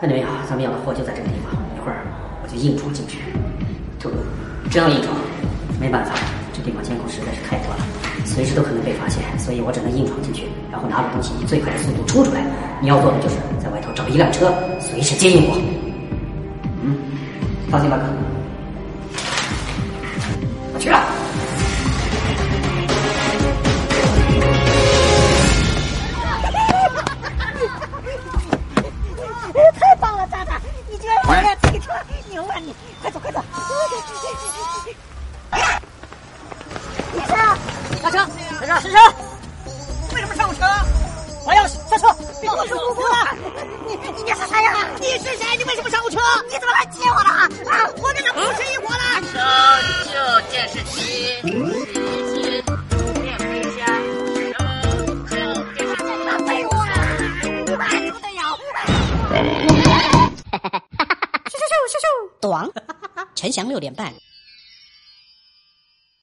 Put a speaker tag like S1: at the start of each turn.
S1: 那对呀、啊，咱们要的货就在这个地方，一会儿我就硬装进去。这这样一装，没办法，这地方监控实在是太多了，随时都可能被发现，所以我只能硬闯进去，然后拿着东西以最快的速度冲出来。你要做的就是在外头找一辆车，随时接应我。嗯，放心吧，哥，我去了。
S2: 太棒了，渣渣！你居然还敢骑车，牛啊你！快走，快走！先生，
S3: 下车，下车，
S2: 先生，
S3: 为什么上我车？我要下车！
S2: 我说姑姑了，你你别是谁呀？
S3: 你是谁？你为什么上我车？
S2: 你怎么还接我了？啊，我跟他不是一伙的！
S4: 搜救电视机，一机面飞箱，搜救电视机，
S2: 啊，废物啊！你妈猪队友！
S5: 短，陈翔六点半